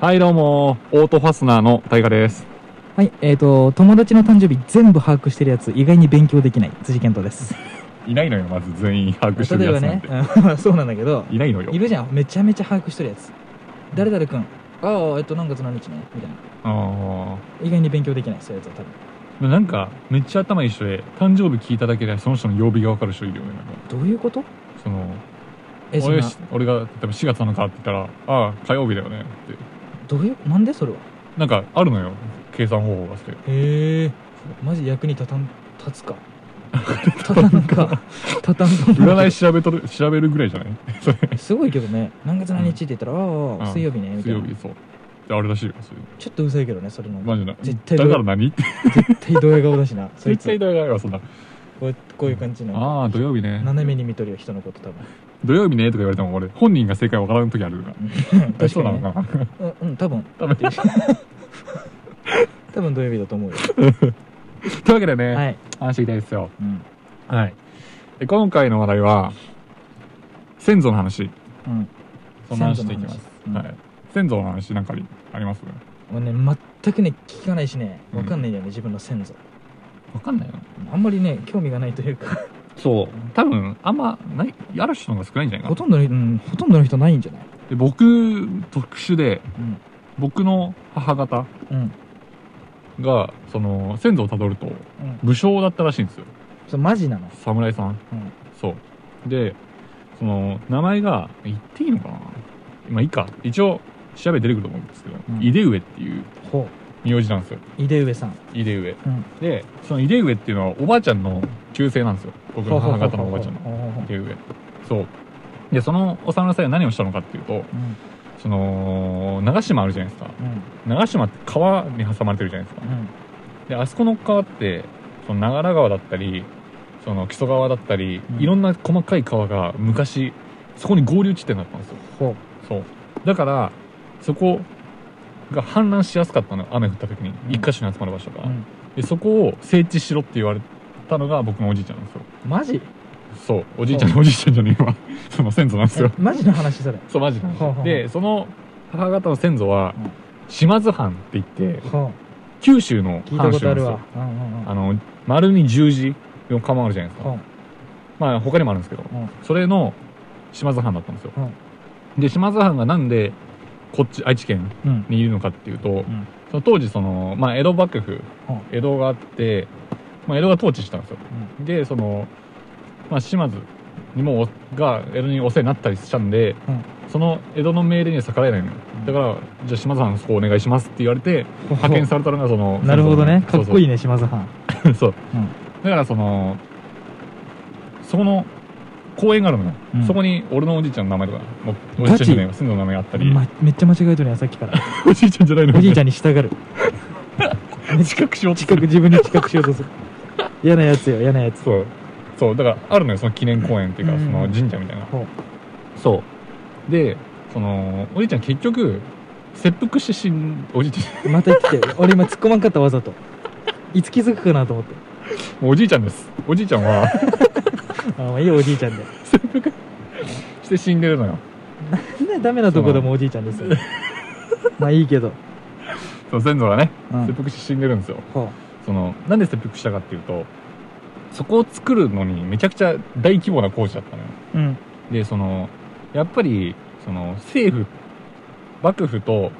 はい、どうも、オートファスナーの大河です。はい、えっ、と、友達の誕生日全部把握してるやつ、意外に勉強できない、辻健 太です。いないのよ、まず全員把握してる例やえばつなんねて。、うん そうなんだけど、いないのよい。るじゃん、めちゃめちゃ把握してるやつ。誰々君、ああ、えっと、何月何日ね、みたいな。あ意外に勉強できない、そういうやつは多分。あ。なんか、めっちゃ頭一緒で、誕生日聞いただけでその人の曜日がわかる人いるよね。なんかどういうことその、え、そん俺な、俺が、例えば4月7日って言ったら、ああ、火曜日だよねって。どういう、なんでそれはなんか、あるのよ、計算方法がして。へえ、マジ役に立たん、立つか。立たんか。立たんと思う占い調べとる、 調べるぐらいじゃないすごいけどね、何月何日って言ったら、ああ、うん水曜日ね、みた水い曜な。日、そう。であれらしいよ、そういうちょっとうざいけどね、それの。の。マジな。絶対だから何って。絶対ドヤ顔だしな、そい絶つ。対だよ、そんな。こうこういう感じの。ああ、土曜日ね。斜めに見とるよ人のこと多 分土曜日ねとか言われても俺本人が正解わからん時あるから確かそうなに、のね、かなうんうん多分多分っていう 多分土曜日だと思う よというわけでね、はい、話していきたいですようんはいで今回の話題は先祖の話うん、そんな話していきます先祖の話はい、先祖の話なんかありあります俺ね全くね聞かないしねわかんないんだよね、自分の先祖わかんないよあんまりね興味がないというかそう多分あんまないある人の方が少ないんじゃないほかなとんどの、うん、ほとんどの人ないんじゃないで僕特殊でうん僕の母方うんがその先祖をたどるとうん武将だったらしいんですよそれマジなの侍さん、うんそうでその名前が言っていいのかなまあいいか一応調べて出てくると思うんですけど、うん井出上っていうほ名字なんですよう井出上さん井出上うんでその井出上っていうのはおばあちゃんの旧姓なんですよ僕の母方のおばあちゃんのほうほうほうほう井出上そうでそのお侍さんが何をしたのかっていうとうんその長島あるじゃないですかうん長島って川に挟まれてるじゃないですかうんであそこの川ってその長良川だったりその木曽川だったり、うんいろんな細かい川が昔そこに合流地点だったんですよほそうだからそこが氾濫しやすかったの雨降った時にん一箇所に集まる場所が、う、うん、でそこを整地しろって言われたのが僕のおじいちゃんなんですよマジそうおじいちゃんのおじいちゃんじゃねえわ その先祖なんですよえマジの話それそうマジなんですほうよほうでその母方の先祖はうん島津藩って言ってほ九州のう聞いた藩こ主となあんでするよわうんうんうあんの、丸に十字の釜あるじゃないですか。ほまあ、他にもあるんですけど、ううんそれの島津藩だったんですよ。で、島津藩がなんで、こっち、愛知県うんにいるのかっていうと、んその当時、その、まあ、江戸幕府、うん江戸があって、まあ、江戸が統治してたんですよ。うで、その、まあ、島津にも、が、江戸にお世話になったりしたんで、うんその江戸の命令には逆らえないのよ。だから、じゃあ島津藩そこお願いしますって言われて、派遣されたのがその、なるほどねそかうっそうこいいね島津藩そう、 うんだからそのそこの公園があるのよ、うんそこに俺のおじいちゃんの名前とかもうおじいちゃんじゃないわ先祖の名前があったり、ま、めっちゃ間違えとるやんさっきから おじいちゃんじゃないのおじ いちゃんに従うゃん近くしようとす近るく自分に近くしようと する嫌なやつよ嫌なやつそうそうだからあるのよその記念公園っていうか、うんその神社みたいな、ほうそうでそのおじいちゃん結局切腹して死ん おじいちゃまた来て俺今突っ込まんかったわざといつ気づくかなと思ってんもうおじいちゃんですおじいちゃんは あまあいいおじいちゃんでして死んでるのよそんなダメなとこでもおじいちゃんですよまあいいけどそう先祖がねうん切腹して死んでるんですよ、ほそのなんで切腹したかっていうとそこを作るのにめちゃくちゃ大規模な工事だったのよううんでそのやっぱりその政府幕府と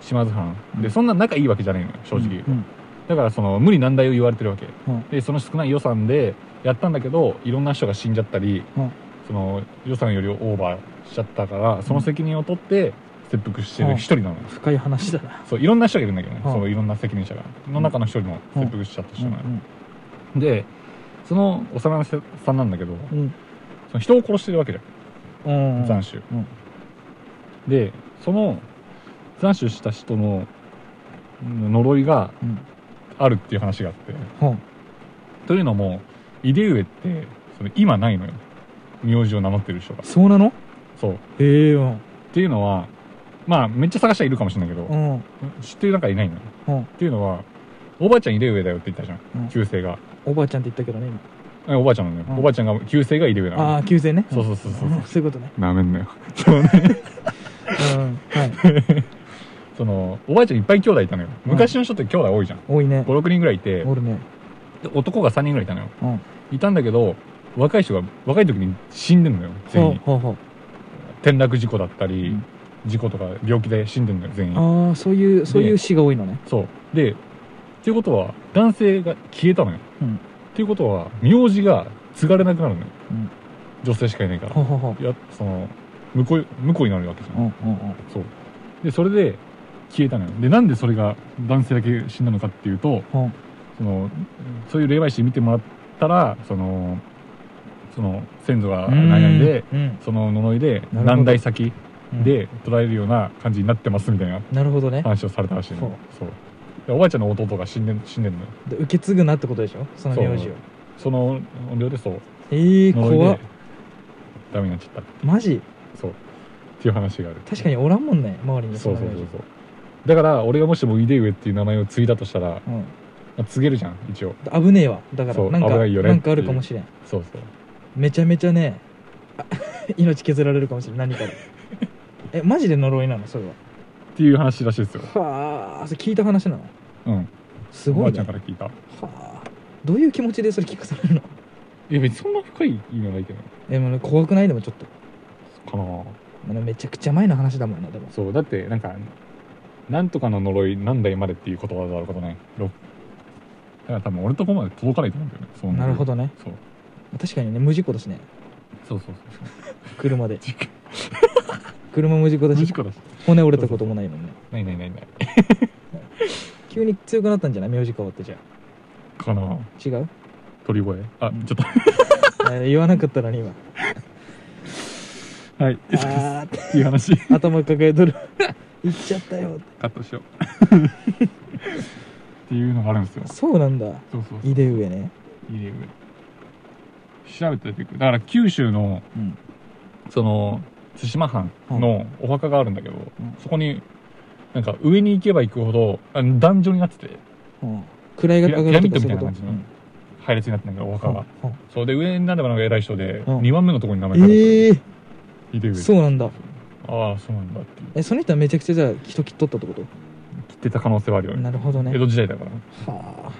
島津藩うでんそんな仲いいわけじゃないのよ正直言うと、うんだからその無理難題を言われてるわけ、うんでその少ない予算でやったんだけどいろんな人が死んじゃったり、うんその予算よりオーバーしちゃったからその責任を取って切腹してる一人なのよ、深い話だなそういろんな人がいるんだけどね、うんそういろんな責任者がの中の一人の切腹しちゃった人なのよ、んでその幼さんなんだけどうんその人を殺してるわけじうんゃんうん斬首、うんでその斬首した人のうん呪いがうんあるっていう話があってほうというのも井出上ってその今ないのよ名字を名乗ってる人がそうなのそうっへえうんていうのはまあめっちゃ探したらいるかもしれないけど、うん知ってる中いないのよ、うんっていうのはおばあちゃん井出上だよって言ったじゃん、うん旧姓がおばあちゃんって言ったけどね今えおばあちゃんなのよ、うんおばあちゃんが旧姓が井出上なのあよあ旧姓ねそうそうそうそうそううんそういうことねなめんなよ。うんはい その、おばあちゃんいっぱい兄弟いたのよ。昔の人って兄弟多いじゃん。多いね5、6人ぐらいいて、おるねで男が3人ぐらいいたのよ。うんいたんだけど、若い人が、若い時に死んでんのよ、全ほう員。ほうほう転落事故だったり、うん事故とか病気で死んでんのよ、全員。ああそういうそういう詩が多いのねそう。で、っていうことは、男性が消えたのよ。うんっていうことは、名字が継がれなくなるのよ。うん女性しかいないから。ほうほうほういや、その、向こう、向こうになるわけじゃん。うんうんうんそう。で、それで消えたのよ。で、なんでそれが男性だけ死んだのかっていうと、ほうその、そういう霊媒師見てもらったら、その、その、先祖が悩んで、うんその呪いで、ど何代先うんで捉えるような感じになってますみたいななるほどね話をされたらしいのそうよ。そう。でおばあちゃんの弟が死んでん死んでんのよ。で受け継ぐなってことでしょその名字そをうその、両でそう、ええー、呪い怖っで、ダメになっちゃった。マジそう。っていう話がある。確かにおらんもんね周りにそうそんうなそ名う字そうだから俺がもしも「イデウエ」っていう名前を継いだとしたら、まうんあ、継げるじゃん一応危ねえわだかそらうなんか危ないよねなんかあるかもしれんそうそうめちゃめちゃねあ 命削られるかもしれん何かでえマジで呪いなのそれはっていう話らしいですよはあそれ聞いた話なのうんすおごばいあちねゃんから聞いたはあどういう気持ちでそれ聞かされるのいや別にそんな深い意味はないけどえもう怖くないでもちょっとかなまあめちゃくちゃ前の話だもんなでもそうだってなんかなんとかの呪い何代までっていう言葉だろうことねろだから多分俺のとこまで届かないと思うんだよねそうなるほどねそう確かにね無事故だしねそうそうそう車で事故車無事故だ無し事故だし骨折れたこともないもんねないないないない急に強くなったんじゃない名字変わってじゃあかな違う鳥声あちょっとえー言わなかったのに今はい あーってっていう話頭抱えと る言っちゃったよカットしようっていうのがあるんですよそうなんだそうそう井出上ね入れ具調べて出てくるだから九州のうんその対馬藩のお墓があるんだけど、うんそこになんか上に行けば行くほどあ男女になっててうん位が上ピラがるとかそういうことミッドみたいな感じの配列になってんだけどお墓が、うんうんそうで上になればなんか偉い人で、うん二2番目のところに名前書いてあるええー、入れ具そうなんだああそうなんだっていうえその人はめちゃくちゃじゃあ人切っとったってこと切ってた可能性はあるよねなるほどね江戸時代だからはあ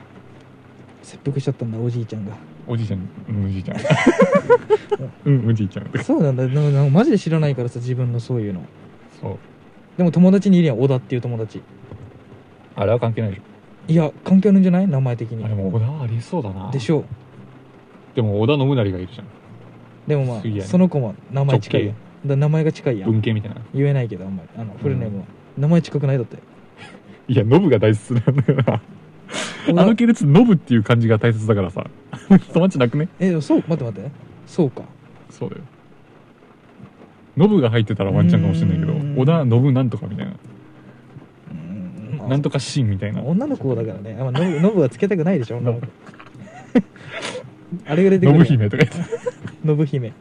切腹しちゃったんだおじいちゃんがおじいちゃんうんおじいち ゃんうんおじいちゃんそうなんだでもなんかマジで知らないからさ自分のそういうのそうでも友達にいるやん小田っていう友達あれは関係ないでしょいや関係あるんじゃない名前的にあでも織田はありそうだなでしょうでも織田信成がいるじゃんでもま不思議やねあその子も名前近いやんだから名前が近いやん文系みたいな言えないけどあんまりあのフルネームは、名前近くないだっていやノブが大切なんだよなあの系列ノブっていう漢字が大切だからさ 友達なくねえでもそう待って待ってそうかそうだよノブが入ってたらワンチャンかもしれないけどうーん織田信なんとかみたいな、うーん、まあなんとかシーンみたいな女の子だからねあんまノブノブはつけたくないでし ょ女の子あれが出てくノるブ姫とか言ってノブ姫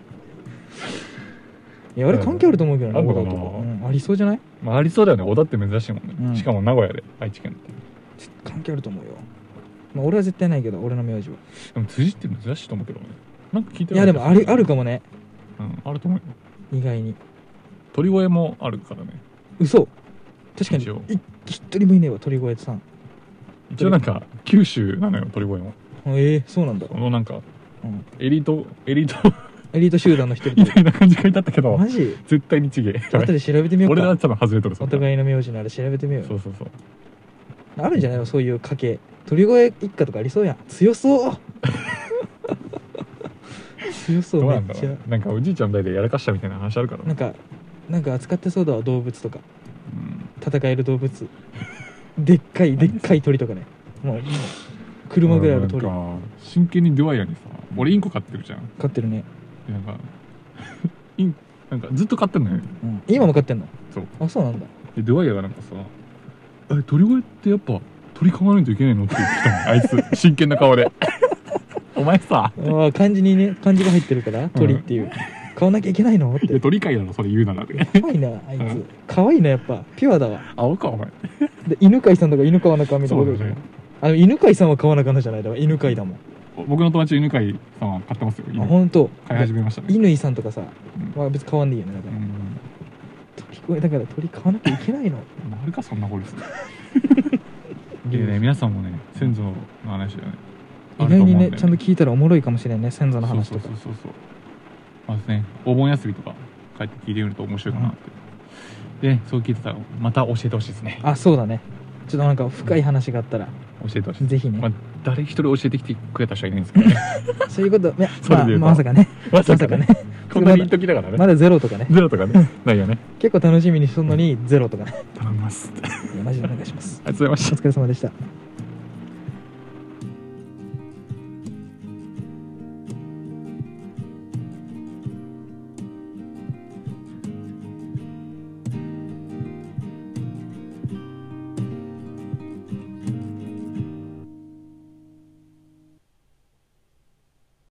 いやあれ関係あると思うけどねあんのかな小田とかうん、ありそうじゃないまあ、ありそうだよね織田って珍しいもんね、うんしかも名古屋で愛知県って絶関係あると思うよまあ俺は絶対ないけど俺の名字はでも辻って珍しいと思うけどねなんか聞いていやでもあるあるかも、もねうん、あると思うよ意外に鳥越もあるからね嘘確かに一応い一人もいねえわ鳥越さん一応なんか九州なのよ鳥越もええそうなんだ、このなんかうん、エリートエリート エリート集団の一人みとたいな感じがいたった けどマジ絶対にちげ後えで調べてみよう俺らか多分外れとるそおんな互いの名字のあれ調べてみようそようそうそうあるんじゃないのそういう家系鳥越一家とかありそうやん強そう強そどううめなっんだちろゃうなんかおじいちゃん代でやらかしたみたいな話あるからなんかなんか扱ってそうだわ動物とかうん戦える動物 でっかいでっかい鳥とかねもう車ぐらいある鳥な飼んか真剣にドワイヤにさ俺インコ飼ってるじゃんってるね、でなんか インなんかずっと飼ってんのようん、今も飼ってんのそうあそうなんだでドワイヤがなんかさ「え鳥越ってやっぱ鳥飼わないといけないの?」って言ってきた のあいつ真剣な顔で お前さああ漢字にね漢字が入ってるから鳥っていう、買わなきゃいけないの っいやて鳥飼いだろそれ言うなら可愛いなあいつ可愛いなやっぱピュアだわ青かお前で犬飼さんとか犬飼わなかみたいなことでしょ、そうだねあの犬飼さんは飼わなかなじゃないだわ犬飼だもん、僕の友達犬飼いさんは飼ってますよあ犬本当飼い始めましたね乾さんとかさん、まあ、別に飼わんでいいよねだかうら、ん鳥声だから鳥買わなきゃいけないのなるかそんなこですね いやね皆さんもね先祖の話だよね意外にねちゃんと聞いたらおもろいかもしれんね先祖の話とかそうそうそうそうそうまずねお盆休みとか帰って聞いてみると面白いかなって、でそう聞いてたらまた教えてほしいですねあそうだねちょっとなんか深い話があったら教えてほしいですぜひね、まあ、誰一人教えてきてくれた人はいないんですけどねそういうこと、ねそれまあ、で言うとまさかねまさ まかさかね ねこんなに言っときながらね、まだゼロとかねゼロとかねないよね結構楽しみにしとんのにゼロとかね頼みますありいやマジでお願いしますがとうございましおた疲れ様でした